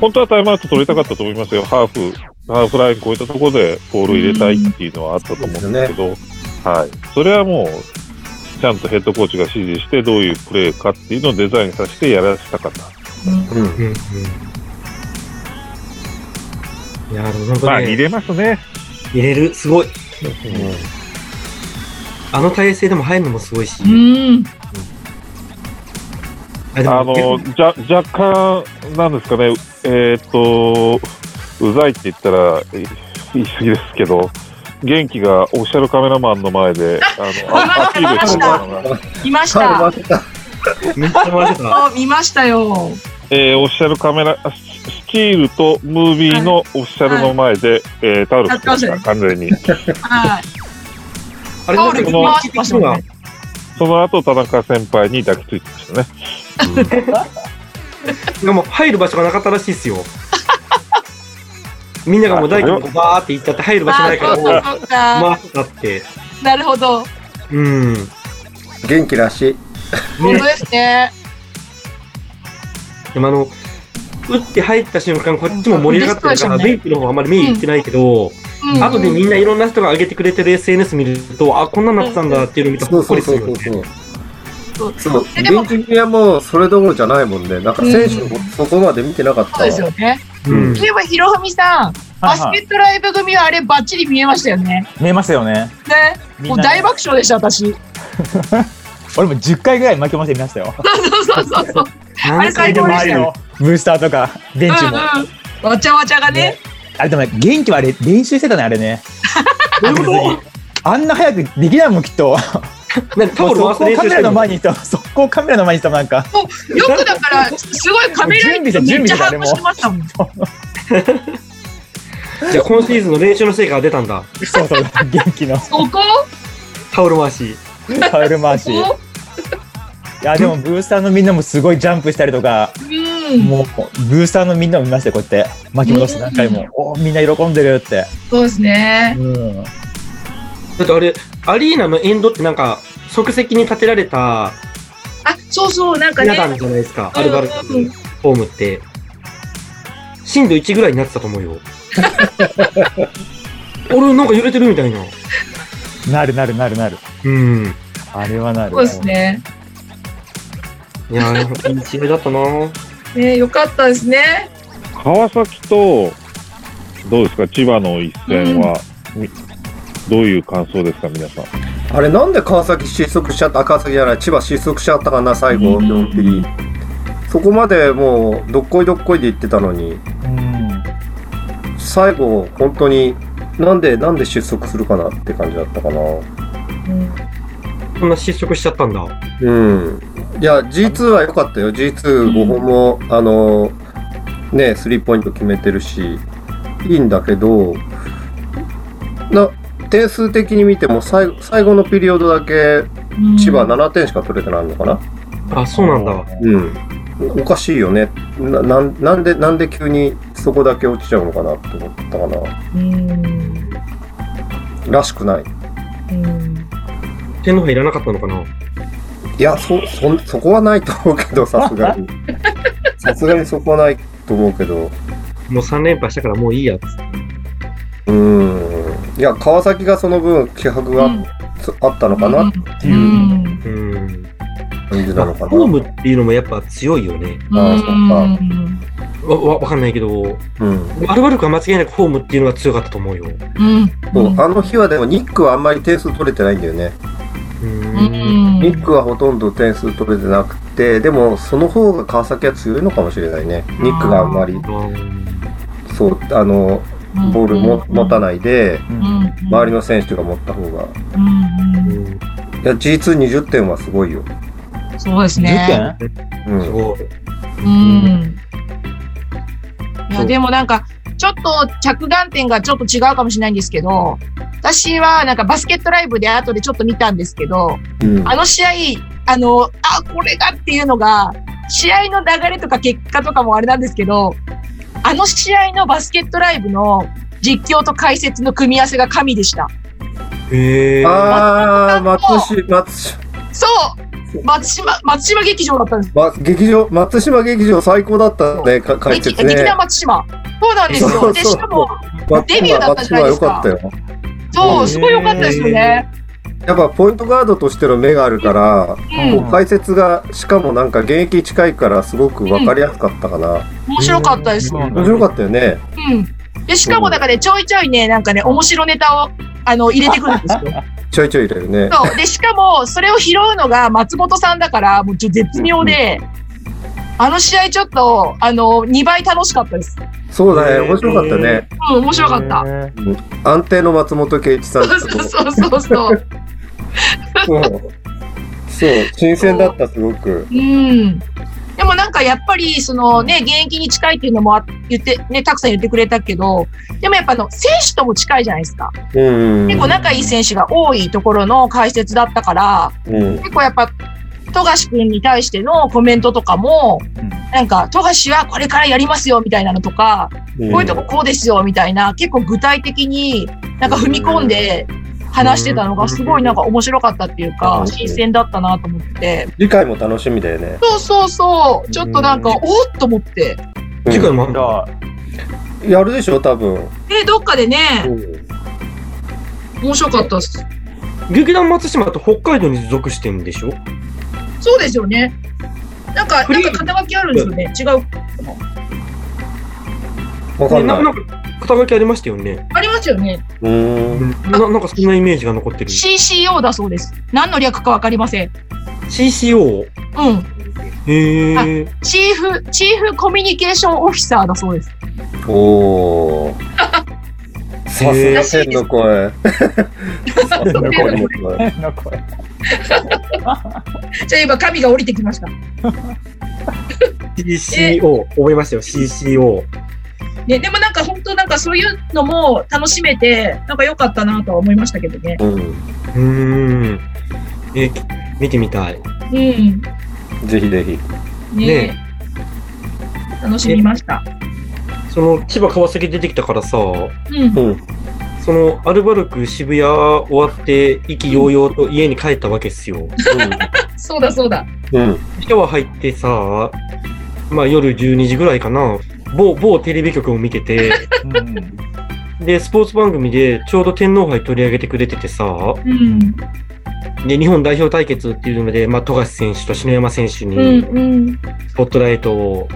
Speaker 5: 本当はタイムアウト取りたかったと思いますよ。ハーフ、ハーフライン超えたところでボール入れたいっていうのはあったと思うんですけど、はい。それはもう、ちゃんとヘッドコーチが指示して、どういうプレーかっていうのをデザインさせてやらせたかった。
Speaker 2: うん
Speaker 1: うんうん。いやー、でも本
Speaker 5: ま
Speaker 1: 当
Speaker 5: あ、
Speaker 1: に、
Speaker 5: 入
Speaker 1: ね、
Speaker 5: れますね。
Speaker 1: 入れる、すごい。あの体勢でも入るのもすごいし。
Speaker 4: うん。
Speaker 1: あ、でも
Speaker 5: あの、 じゃ、若干、なんですかね、えーっと、うざいって言ったら、い言い過ぎですけど、元気がオフィシャルカメラマンの前で、あの、あアピールしてたのが、
Speaker 4: いまし
Speaker 2: 彼
Speaker 4: た。
Speaker 2: はた
Speaker 1: めっちゃ回ってた。
Speaker 4: あ、見ましたよ。
Speaker 5: えーオフィシャルカメラ、ススチールとムービーのオフィシャルの前で、えータオル振ってました、完全に。
Speaker 4: はい。
Speaker 1: あれ、
Speaker 4: タ
Speaker 1: な
Speaker 4: オ
Speaker 1: んか
Speaker 4: ル
Speaker 5: こ
Speaker 1: こ
Speaker 4: 回
Speaker 5: の
Speaker 1: の、
Speaker 4: してましたもんね。
Speaker 5: その後、田中先輩に抱きついてましたね。
Speaker 1: いやもう入る場所がなかったらしいっすよ。 みんながもう大工にバーって行っちゃって入る場所ないから、
Speaker 4: あ、そ
Speaker 1: も
Speaker 4: う
Speaker 1: う
Speaker 4: かそうか。
Speaker 1: 回してたって。
Speaker 4: なるほど。
Speaker 1: うん。
Speaker 2: 元気らしい。
Speaker 4: 本当ですね。
Speaker 1: でもあの、打って入った瞬間、こっちも盛り上がってるから、
Speaker 4: うん
Speaker 1: ベンチの方はあんまり目いってないけど、
Speaker 4: うん
Speaker 1: 後でみんないろんな人が上げてくれてる SNS 見ると、あ、こんなになってたんだっていうの見たら
Speaker 2: そ
Speaker 1: ほ
Speaker 2: う
Speaker 1: っこ
Speaker 2: そう
Speaker 1: りす
Speaker 2: そ
Speaker 1: るよ
Speaker 2: うそう
Speaker 1: ね。
Speaker 2: そう。
Speaker 4: そう
Speaker 2: そう、
Speaker 4: えでも
Speaker 2: ベンチ組はもうそれどころじゃないもんね。なんか選手のことそこまで見てなかった
Speaker 4: そう
Speaker 2: わ。
Speaker 4: ですよね。
Speaker 1: うん
Speaker 4: そういえば、ひろふみさん、バスケットライブ組はあれ、バッチリ見えましたよね。
Speaker 3: 見えましたよね。
Speaker 4: ね。もう大爆笑でした、 私。
Speaker 3: 俺も10回ぐらい負けまして見ましたよ。
Speaker 4: そうそうそうそう。あれ最
Speaker 1: で
Speaker 4: 高で
Speaker 1: も
Speaker 4: し
Speaker 1: あ
Speaker 4: た
Speaker 1: る
Speaker 4: よ
Speaker 1: よ。
Speaker 3: ブースターとか、ベンチも。
Speaker 4: うんうん。わちゃわちゃがね。
Speaker 3: あれでもね元気はあれ練習してたね、あれね。
Speaker 1: どういうこ
Speaker 3: あんな早くできないもん、きっと。
Speaker 1: となんかタオル
Speaker 3: もう
Speaker 1: 回す練
Speaker 3: 速攻
Speaker 1: 習
Speaker 3: カ
Speaker 1: し
Speaker 3: メラ
Speaker 1: て
Speaker 3: の
Speaker 1: る
Speaker 3: 前にいた。速攻カメラの前にいた、なんか。
Speaker 4: よくだから、すごいカメラにめっちゃ把握してましたもん。
Speaker 1: じゃあ今シーズンの練習の成果が出たんだ。
Speaker 3: そうそう、元気の
Speaker 4: ここ
Speaker 1: タオル回し。
Speaker 3: タオル回し。い
Speaker 4: ここ
Speaker 3: や、でもブースターのみんなもすごいジャンプしたりとか、
Speaker 4: うん。
Speaker 3: もう、ブースターのみんなも見ましたよ、こうやって。巻き戻して何回も。おーみんな喜んでるって。
Speaker 4: そうですね。
Speaker 3: うん。
Speaker 1: だってあれ、アリーナのエンドってなんか、即席に立てられた
Speaker 4: あ、そうそう、なんか
Speaker 1: ひ
Speaker 4: ね
Speaker 1: な。壇じゃないですか、
Speaker 4: うん
Speaker 1: アルバルクのホームって。震度1ぐらいになってたと思う よ。俺なんか揺れてるみたいな。
Speaker 3: なるなるなるなる。
Speaker 1: うん。
Speaker 3: あれはなる。
Speaker 4: そうですね。
Speaker 1: いやー、いい試合だったなぁ。
Speaker 4: ね、よかったですね。
Speaker 5: 川崎と、どうですか、千葉の一戦は、みどういう感想ですか、皆さん。
Speaker 2: あれなんで川崎失速しちゃったあ川崎じゃない千葉失速しちゃったかな最後
Speaker 4: うん
Speaker 2: 4ピリそこまでもうどっこいどっこいで言ってたのに
Speaker 3: うん。
Speaker 2: 最後本当になんでなんで失速するかなって感じだったかな
Speaker 4: うん
Speaker 1: こんな失職しちゃったんだ。
Speaker 2: うんいや G2 は良かったよ G25 本も、あのねスリーポイント決めてるしいいんだけどな点数的に見ても最後最後のピリオドだけ千葉7点しか取れてないのかな、
Speaker 1: あ、そうなんだ。
Speaker 2: うん、おかしいよねななんなんでなんで急にそこだけ落ちちゃうのかなって思ったかな
Speaker 4: うん。
Speaker 2: らしくない
Speaker 4: うん。
Speaker 1: 天皇杯いらなかったのかない
Speaker 2: やそそんそこはないと思うけどさすがにさすがにそこはないと思うけど
Speaker 1: もう3連覇したからもういいやつ。
Speaker 2: うんいや川崎がその分気迫がつあったのかなって
Speaker 4: いう。
Speaker 1: うん。
Speaker 2: 感じなのかな、
Speaker 1: ホームっていうのもやっぱ強いよね。
Speaker 2: あーそっか
Speaker 1: わ、わ、わかんないけど、
Speaker 2: うん
Speaker 1: アルバルクは間違いなくホームっていうのが強かったと思うよ。
Speaker 4: うん。
Speaker 2: そうあの日はでもニックはあんまり点数取れてないんだよね
Speaker 1: う。
Speaker 4: うんん。
Speaker 2: ニックはほとんど点数取れてなくてでもその方が川崎は強いのかもしれないねニックがあんまりそうあのボールも持たないで
Speaker 3: うん。
Speaker 2: 周りの選手が持った方が
Speaker 1: う
Speaker 4: の。
Speaker 1: ん
Speaker 2: いや G220 点はすごいよ、
Speaker 4: そうです
Speaker 3: 10
Speaker 4: ね。
Speaker 3: 点
Speaker 2: う
Speaker 1: す
Speaker 2: ん、
Speaker 1: ごい。
Speaker 4: うん。い
Speaker 1: そ
Speaker 4: や、
Speaker 1: う
Speaker 4: でもなんか、ちょっと着眼点がちょっと違うかもしれないんですけど、私はなんかバスケットライブで後でちょっと見たんですけど、
Speaker 2: うん
Speaker 4: あの試合、あの、あ、これだっていうのが、試合の流れとか結果とかもあれなんですけど、あの試合のバスケットライブの実況と解説の組み合わせが神でした。
Speaker 1: へえ。
Speaker 2: あー
Speaker 4: 松
Speaker 2: 松島松島
Speaker 4: そう松島、松島劇場だったんです。
Speaker 2: ま劇場松島劇場最高だったねか解
Speaker 4: 劇
Speaker 2: 説
Speaker 4: 劇
Speaker 2: ね
Speaker 4: 団松島。そうなんです
Speaker 2: そ
Speaker 4: よ。
Speaker 2: う
Speaker 4: で、
Speaker 2: そう
Speaker 4: しかも、
Speaker 2: 松
Speaker 4: デビューだったじゃないですか
Speaker 2: 松島良かったよ
Speaker 4: そう、すごい良かったですよね。
Speaker 2: いやっぱポイントガードとしての目があるから、
Speaker 4: うん、
Speaker 2: 解説がしかもなんか現役近いからすごく分かりやすかったかな、
Speaker 4: 面白かったです。
Speaker 2: 面白かったよね
Speaker 4: うん。で、しかもだからねちょいちょいね、なんかね、面白ネタを、あの、入れてくるんです よ。
Speaker 2: ちょいちょいだよね
Speaker 4: そう。で、しかも、それを拾うのが松本さんだから、もうちょっと絶妙で、あの試合ちょっと、あの、2倍楽しかったです。
Speaker 2: そうだね面白かったね
Speaker 4: うん、面白かった。
Speaker 3: た。
Speaker 2: 安定の松本圭一さん
Speaker 4: そうそうそうそう。
Speaker 2: うんそう新鮮だったすごく
Speaker 4: うん。でもなんかやっぱり、そのね、現役に近いっていうのもあ言って、ね、たくさん言ってくれたけど、でもやっぱあの、選手とも近いじゃないですか。
Speaker 2: うん
Speaker 4: 結構仲いい選手が多いところの解説だったから、
Speaker 2: うん
Speaker 4: 結構やっぱ、富樫君に対してのコメントとかも、なんか、富樫はこれからやりますよみたいなのとか、こういうとここうですよみたいな、結構具体的になんか踏み込んで話してたのが、すごいなんか面白かったっていう
Speaker 2: う
Speaker 4: か
Speaker 2: ん、
Speaker 4: 新鮮だったなと思って。
Speaker 2: 次回も楽しみだよね
Speaker 4: そうそうそう、ちょっとなんか、
Speaker 1: うん
Speaker 4: おっと思って。
Speaker 1: 次回もあ
Speaker 3: じ
Speaker 1: る
Speaker 3: ゃあ、
Speaker 2: やるでしょ多分
Speaker 4: で、どっかでね、面白かったっす。
Speaker 1: 劇団松島と北海道に属してんでしょ
Speaker 4: そうですよね。なんか、
Speaker 1: フ
Speaker 4: な
Speaker 1: リ
Speaker 4: ん
Speaker 1: ー
Speaker 4: か肩書きあるんですよね。違う。
Speaker 2: わかんな
Speaker 1: ないなんか肩書きありましたよね。
Speaker 4: ありますよね。
Speaker 2: うん
Speaker 1: ななんかそんなイメージが残ってる。
Speaker 4: CCO だそうです。何の略かわかりません。
Speaker 1: CCO?
Speaker 4: うん。
Speaker 1: へえ。
Speaker 4: チーフ、チーフコミュニケーションオフィサーだそうです。
Speaker 2: お おさすが天の声さすが天の声
Speaker 3: の声
Speaker 4: じゃあ今、神が降りてきました。
Speaker 1: CCO。覚えましたよ、CCO。
Speaker 4: ね、でもなんか本当なんかそういうのも楽しめて、なんか良かったなとは思いましたけどね。
Speaker 2: う
Speaker 1: うーん。え、き見てみたい。
Speaker 4: うん。
Speaker 2: んぜひぜひ
Speaker 4: ね
Speaker 1: ね
Speaker 4: 楽しみました。
Speaker 1: その、千葉川崎出てきたからさ、
Speaker 4: うん。
Speaker 2: うん
Speaker 1: その、アルバルク渋谷終わって、意気揚々と家に帰ったわけっすよ。
Speaker 4: そうだそうだ。
Speaker 2: うん
Speaker 1: シャワー入ってさ、まあ夜12時ぐらいかな、某某テレビ局を見てて、で、スポーツ番組でちょうど天皇杯取り上げてくれててさ、
Speaker 4: うん。
Speaker 1: で、日本代表対決っていうので、まあ、富樫選手と篠山選手
Speaker 4: うん
Speaker 1: にスポットライトを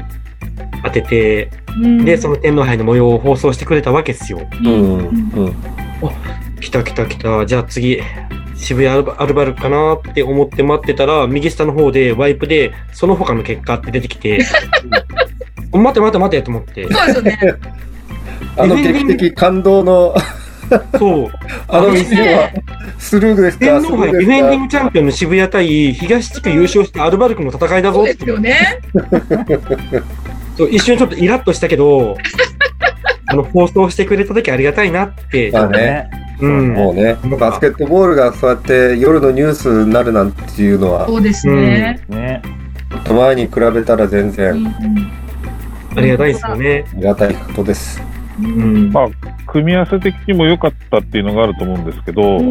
Speaker 1: 当てて、
Speaker 4: うん。
Speaker 1: で、その天皇杯の模様を放送してくれたわけですよ。
Speaker 2: う
Speaker 4: う
Speaker 2: ん
Speaker 4: ん。
Speaker 2: うん
Speaker 1: 来た来た来た、じゃあ次、渋谷アルバアルバルクかなって思って待ってたら、右下の方でワイプで、その他の結果って出てき て、お待て待て待てと思って、
Speaker 4: そうですよね。
Speaker 2: あの劇的感動の
Speaker 1: そう。
Speaker 2: あの一瞬はスルーです
Speaker 1: 天
Speaker 2: か
Speaker 1: 皇杯ディフェンディングチャンピオンの渋谷対東地区優勝したアルバルクの戦いだ
Speaker 4: そ
Speaker 1: ぞ
Speaker 4: うですよね。
Speaker 1: そう一瞬ちょっとイラッとしたけ どあの放送してくれた時ありがたいなって、
Speaker 2: まあね
Speaker 3: ね。
Speaker 1: う
Speaker 2: も
Speaker 1: ん、
Speaker 2: うねバスケットボールがそうやって夜のニュースになるなんていうのは
Speaker 4: そうですね。
Speaker 3: ね。
Speaker 2: 前に比べたら全
Speaker 4: う
Speaker 2: 然
Speaker 4: ん
Speaker 1: ありがたいですよね。
Speaker 2: ありがたいことです
Speaker 4: う
Speaker 1: うんん
Speaker 5: ま組み合わせ的にも良かったっていうのがあると思うんですけど、
Speaker 4: うん
Speaker 2: う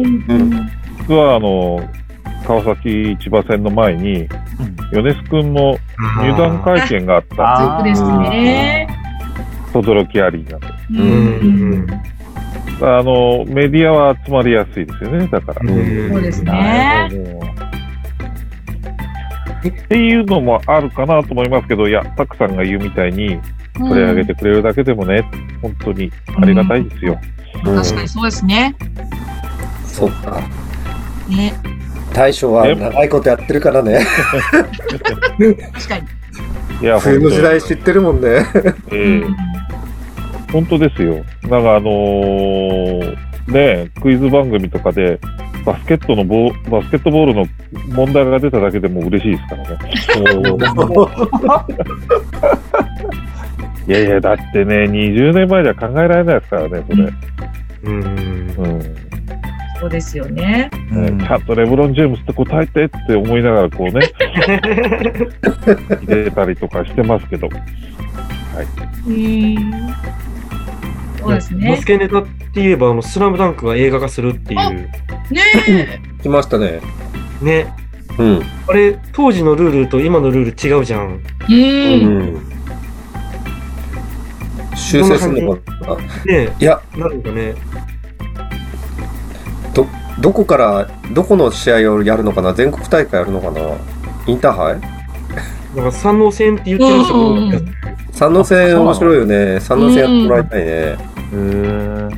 Speaker 5: 実はあの川崎千葉戦の前に米津君の入団会見があっ
Speaker 4: そ
Speaker 5: た
Speaker 4: うですね。
Speaker 5: 轟きアリーナで
Speaker 4: うん
Speaker 1: うん
Speaker 5: あのメディアは集まりやすいですよねだから。
Speaker 1: うん
Speaker 2: うん
Speaker 4: そうです
Speaker 5: な
Speaker 4: ね。
Speaker 5: るほどっていうのもあるかなと思いますけど、いや、たくさんが言うみたいに、
Speaker 4: こ
Speaker 5: これ上げてくれるだけでもね、本当にありがたいですよ。
Speaker 2: うん
Speaker 4: 確かにそうですね。
Speaker 2: そっか
Speaker 4: ね。
Speaker 2: 大将は長いことやってるからね
Speaker 4: 確かに。
Speaker 5: いや、
Speaker 2: 冬の時代知
Speaker 5: 本
Speaker 2: ってるもんね
Speaker 5: 当にええ本当ですよ。なんかあのーねえ、クイズ番組とかで、バスケットのボー、バスケットボールの問題が出ただけでも嬉しいですからね。 いやいや、だってね、20年前じゃ考えられないですからね、それ。
Speaker 1: うん
Speaker 5: うん
Speaker 4: そうですよね。
Speaker 5: ねちゃんとレブロン・ジェームスって答えてって思いながらこうね入れたりとかしてますけど
Speaker 4: うん。そうです
Speaker 1: バ
Speaker 4: ね
Speaker 1: ス。ケネタって言えば、あの、スラムダンクが映画化するっていう。
Speaker 4: ねえ。
Speaker 2: 来ましたね
Speaker 1: ね。
Speaker 2: うん
Speaker 1: あれ、当時のルールと今のルール違うじゃん。
Speaker 4: うん。
Speaker 2: 修正するのかな
Speaker 1: ね
Speaker 2: いや
Speaker 1: なんかね。
Speaker 2: どこから、どこの試合をやるのかな全国大会やるのかなインターハイ
Speaker 1: なんか三能戦って言ってました
Speaker 4: うんうんう
Speaker 1: け
Speaker 4: ん
Speaker 2: 三能
Speaker 3: あ
Speaker 2: 戦
Speaker 3: そうなの
Speaker 2: 面白いよね。三能戦やってもらいたいね。
Speaker 3: ー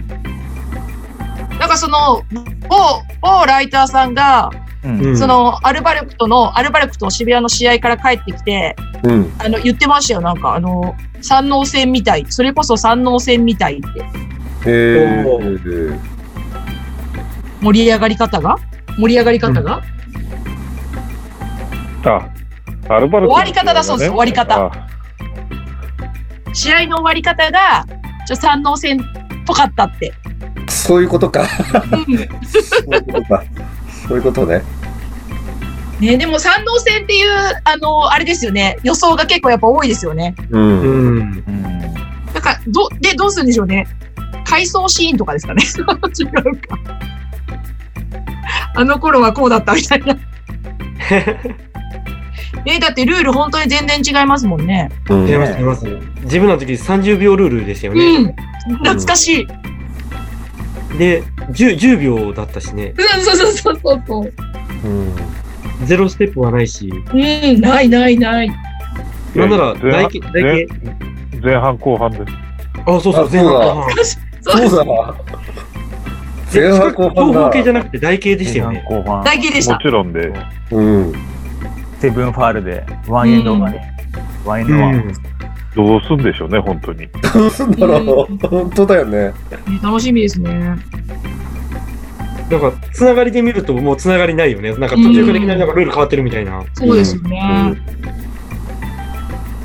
Speaker 4: なんかその某某ライターさんが、
Speaker 3: うん
Speaker 1: ど。
Speaker 4: そのアルバルクとのアルバルクと渋谷の試合から帰ってきて
Speaker 2: うん。
Speaker 4: あの言ってましたよなんかあの三能戦みたいそれこそ三能戦みたいって
Speaker 2: へえ
Speaker 1: お
Speaker 2: ー。
Speaker 4: 盛り上がり方が盛り上がり方が、
Speaker 5: あ、アルバルク
Speaker 4: 終わ
Speaker 5: の試合ね、
Speaker 4: り方だそうです終わり方
Speaker 5: あ。
Speaker 4: 試合の終わり方がちょ三能戦っぽかったって、
Speaker 2: そういうことか。
Speaker 4: うん
Speaker 2: そういうことか。そういうことね。
Speaker 4: ね、でも三能戦っていうあのあれですよね予想が結構やっぱ多いですよね
Speaker 2: うん。
Speaker 1: うん。
Speaker 3: うん
Speaker 4: だからどでどうするんでしょうね回想シーンとかですかね 違うかあの頃はこうだったみたい なえだってルール本当に全然違いますもんね
Speaker 2: うん
Speaker 1: 出ます出ます。自分の時30秒ルールでしたよね。
Speaker 4: うん懐かしい、うん、
Speaker 1: で10、10秒だったしね。
Speaker 4: そうそうそうそうそう
Speaker 2: うん
Speaker 1: ゼロステップはないし。
Speaker 4: うんないないない
Speaker 5: いや
Speaker 1: なんなら、
Speaker 5: 前
Speaker 1: 台
Speaker 5: 半
Speaker 1: 形、台形。
Speaker 5: 前半後半です。
Speaker 1: あ、そうそう、
Speaker 2: あ
Speaker 1: 前半
Speaker 2: そうだ
Speaker 1: 後半。
Speaker 4: そう
Speaker 2: そうだな。前半後
Speaker 1: 長
Speaker 2: 半
Speaker 1: 方形じゃ
Speaker 2: だ。
Speaker 1: なくて台形でしたよね。
Speaker 3: 後半
Speaker 4: 大気でし
Speaker 5: も
Speaker 4: た
Speaker 5: ちろんで。
Speaker 2: うん。
Speaker 3: セブンファールでワンエンドがね、ワンエンドワン、
Speaker 1: うん
Speaker 5: どうすんでしょうね、本当に。
Speaker 2: どうすんだろう。本当だよね。
Speaker 4: ね楽しみですね
Speaker 1: なんか、つながりで見るともうつながりないよね。なんか途中からいきなりなんかルール変わってるみたいな。
Speaker 4: そうですよね、
Speaker 2: うん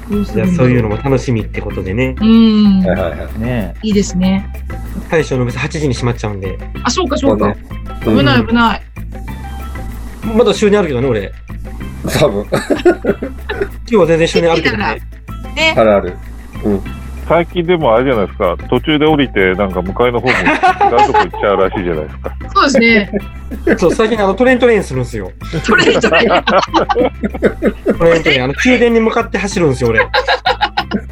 Speaker 4: どうす
Speaker 1: じ
Speaker 4: る
Speaker 1: ゃ
Speaker 4: んだろ
Speaker 1: そういうのも楽しみってことでね。
Speaker 4: うん
Speaker 2: はいはいはい。
Speaker 3: ね
Speaker 4: いいですね
Speaker 1: 大将の店8時に閉まっちゃうんで。
Speaker 4: あそうかそうか、
Speaker 2: ね。う
Speaker 4: 危
Speaker 2: ん
Speaker 4: ない危ない
Speaker 1: まだ終電あるけどね、俺。
Speaker 2: 多分、
Speaker 1: 今日は全然終電あるけどね。
Speaker 4: ね
Speaker 2: あるある。
Speaker 5: 最近でもあれじゃないですか、途中で降りて、なんか向かいの方も違うとこ行っちゃうらしいじゃないですか。
Speaker 4: そうですね
Speaker 1: そう、最近あのトレイントレインするんですよ。
Speaker 4: トレイトレイ。
Speaker 1: トレイントレイン。あの、宮殿に向かって走るんですよ、俺。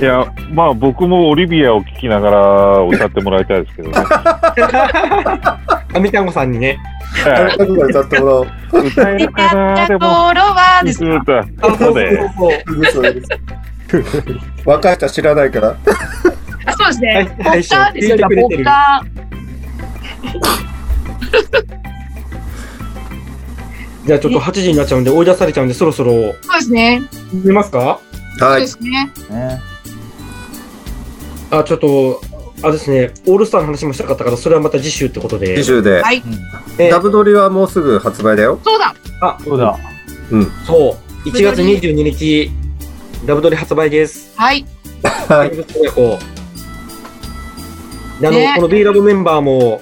Speaker 5: いや、まあ僕もオリビアを聞きながら歌ってもらいたいですけ どね。
Speaker 1: アミタンゴさんにね。
Speaker 2: あ
Speaker 5: は
Speaker 2: れ、角度歌ってもらおう。
Speaker 5: い歌え
Speaker 4: 出
Speaker 5: る
Speaker 4: 会
Speaker 5: か
Speaker 4: っ
Speaker 5: な
Speaker 4: た
Speaker 5: で
Speaker 4: 頃
Speaker 5: も。
Speaker 4: はですね。
Speaker 5: 歌
Speaker 1: あ、
Speaker 5: そう
Speaker 1: そう
Speaker 5: で。
Speaker 1: そうそう
Speaker 2: 嘘嘘若い人は知らないから。
Speaker 4: あそうです
Speaker 1: はい
Speaker 4: ね。ポ
Speaker 1: はい
Speaker 4: ッカーですよ、
Speaker 1: 聞いてくれ
Speaker 4: ポ
Speaker 1: てる
Speaker 4: ッカー。
Speaker 1: じゃあちょっと8時になっちゃうんで追い出されちゃうんで、そろそろ
Speaker 4: そうですね。
Speaker 1: 見ますか
Speaker 4: そう
Speaker 2: は
Speaker 4: で
Speaker 2: い。
Speaker 4: すね。
Speaker 3: えね
Speaker 1: あ、ちょっと、あれですね、オールスターの話もしたかったから、それはまた次週ってことで。
Speaker 2: 次週で
Speaker 4: は。い
Speaker 3: えうん
Speaker 1: え
Speaker 2: ダブドリはもうすぐ発売だよ。
Speaker 4: そうだ。
Speaker 1: あ、
Speaker 3: そうだ
Speaker 1: そう。1月22日、ダブドリ発売です。
Speaker 4: はい。
Speaker 2: は。
Speaker 1: はいい。こう。であの、
Speaker 4: ね
Speaker 1: この B ラボメンバーも、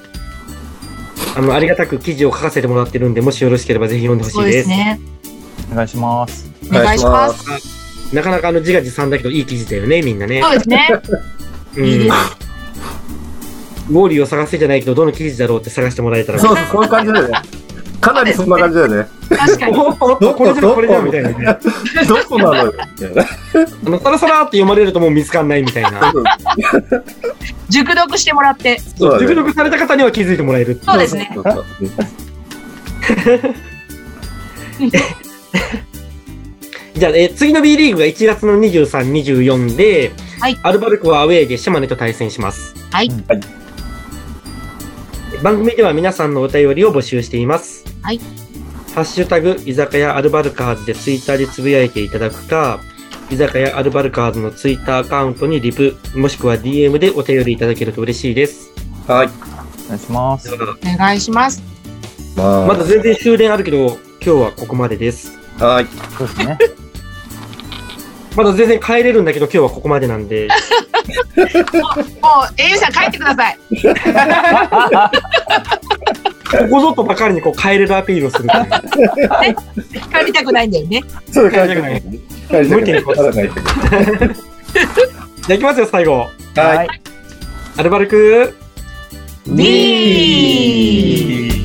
Speaker 1: あの、ありがたく記事を書かせてもらってるんで、もしよろしければぜひ読んでほし
Speaker 4: そ
Speaker 1: いうで。
Speaker 4: ですすね。
Speaker 3: お願いします
Speaker 4: お願いします。
Speaker 1: なかなかあの自画自賛だけど、いい記事だよね、みんなね。
Speaker 4: そうですね。
Speaker 1: うん
Speaker 4: いいです
Speaker 1: ウォーリーを探せじゃないけど、どの記事だろうって探してもらえたら。
Speaker 2: そうそう、そういう感じだよね。かなりそんな感じだよね。
Speaker 4: 確かに。
Speaker 1: おおお
Speaker 2: ど
Speaker 1: こ
Speaker 2: こ
Speaker 1: れじゃ
Speaker 2: ど
Speaker 1: ん
Speaker 2: こ
Speaker 1: これじゃんみたいなね。
Speaker 2: どこなのよ。
Speaker 1: あの、さらさらって読まれるともう見つかんないみたいな。
Speaker 4: 熟読してもらって。
Speaker 2: そうだね
Speaker 1: 熟読された方には気づいてもらえるっていう
Speaker 4: そうですね
Speaker 2: そうそうそう
Speaker 1: じゃあ、えー次の B リーグが1月の23、24で、
Speaker 4: はい
Speaker 1: アルバルクはアウェーで島根と対戦します。
Speaker 4: はい
Speaker 3: はい
Speaker 1: 番組では皆さんのお便りを募集しています。
Speaker 4: はい
Speaker 1: ハッシュタグ、居酒屋アルバルカーズでツイッターでつぶやいていただくか、居酒屋アルバルカーズのツイッターアカウントにリプ、もしくは DM でお便りいただけると嬉しいです。
Speaker 2: はい。
Speaker 3: お願いします
Speaker 4: お願いします。
Speaker 2: まあ
Speaker 1: まだ全然終電あるけど、今日はここまでです。
Speaker 2: はい。
Speaker 3: そうですね
Speaker 1: まだ全然帰れるんだけど、今日はここまでなんで。
Speaker 4: もう、えゆさん帰ってください。
Speaker 1: ここぞとばかりにこう帰れるアピールをするという。
Speaker 4: 帰りたくないんだよね。
Speaker 2: それ
Speaker 1: 帰りたくない
Speaker 2: 帰りたくない
Speaker 1: 無理にこう
Speaker 2: まだな
Speaker 1: じ
Speaker 2: い
Speaker 1: ゃあいきますよ、最後。
Speaker 2: はい。
Speaker 1: アルバルク
Speaker 4: ビー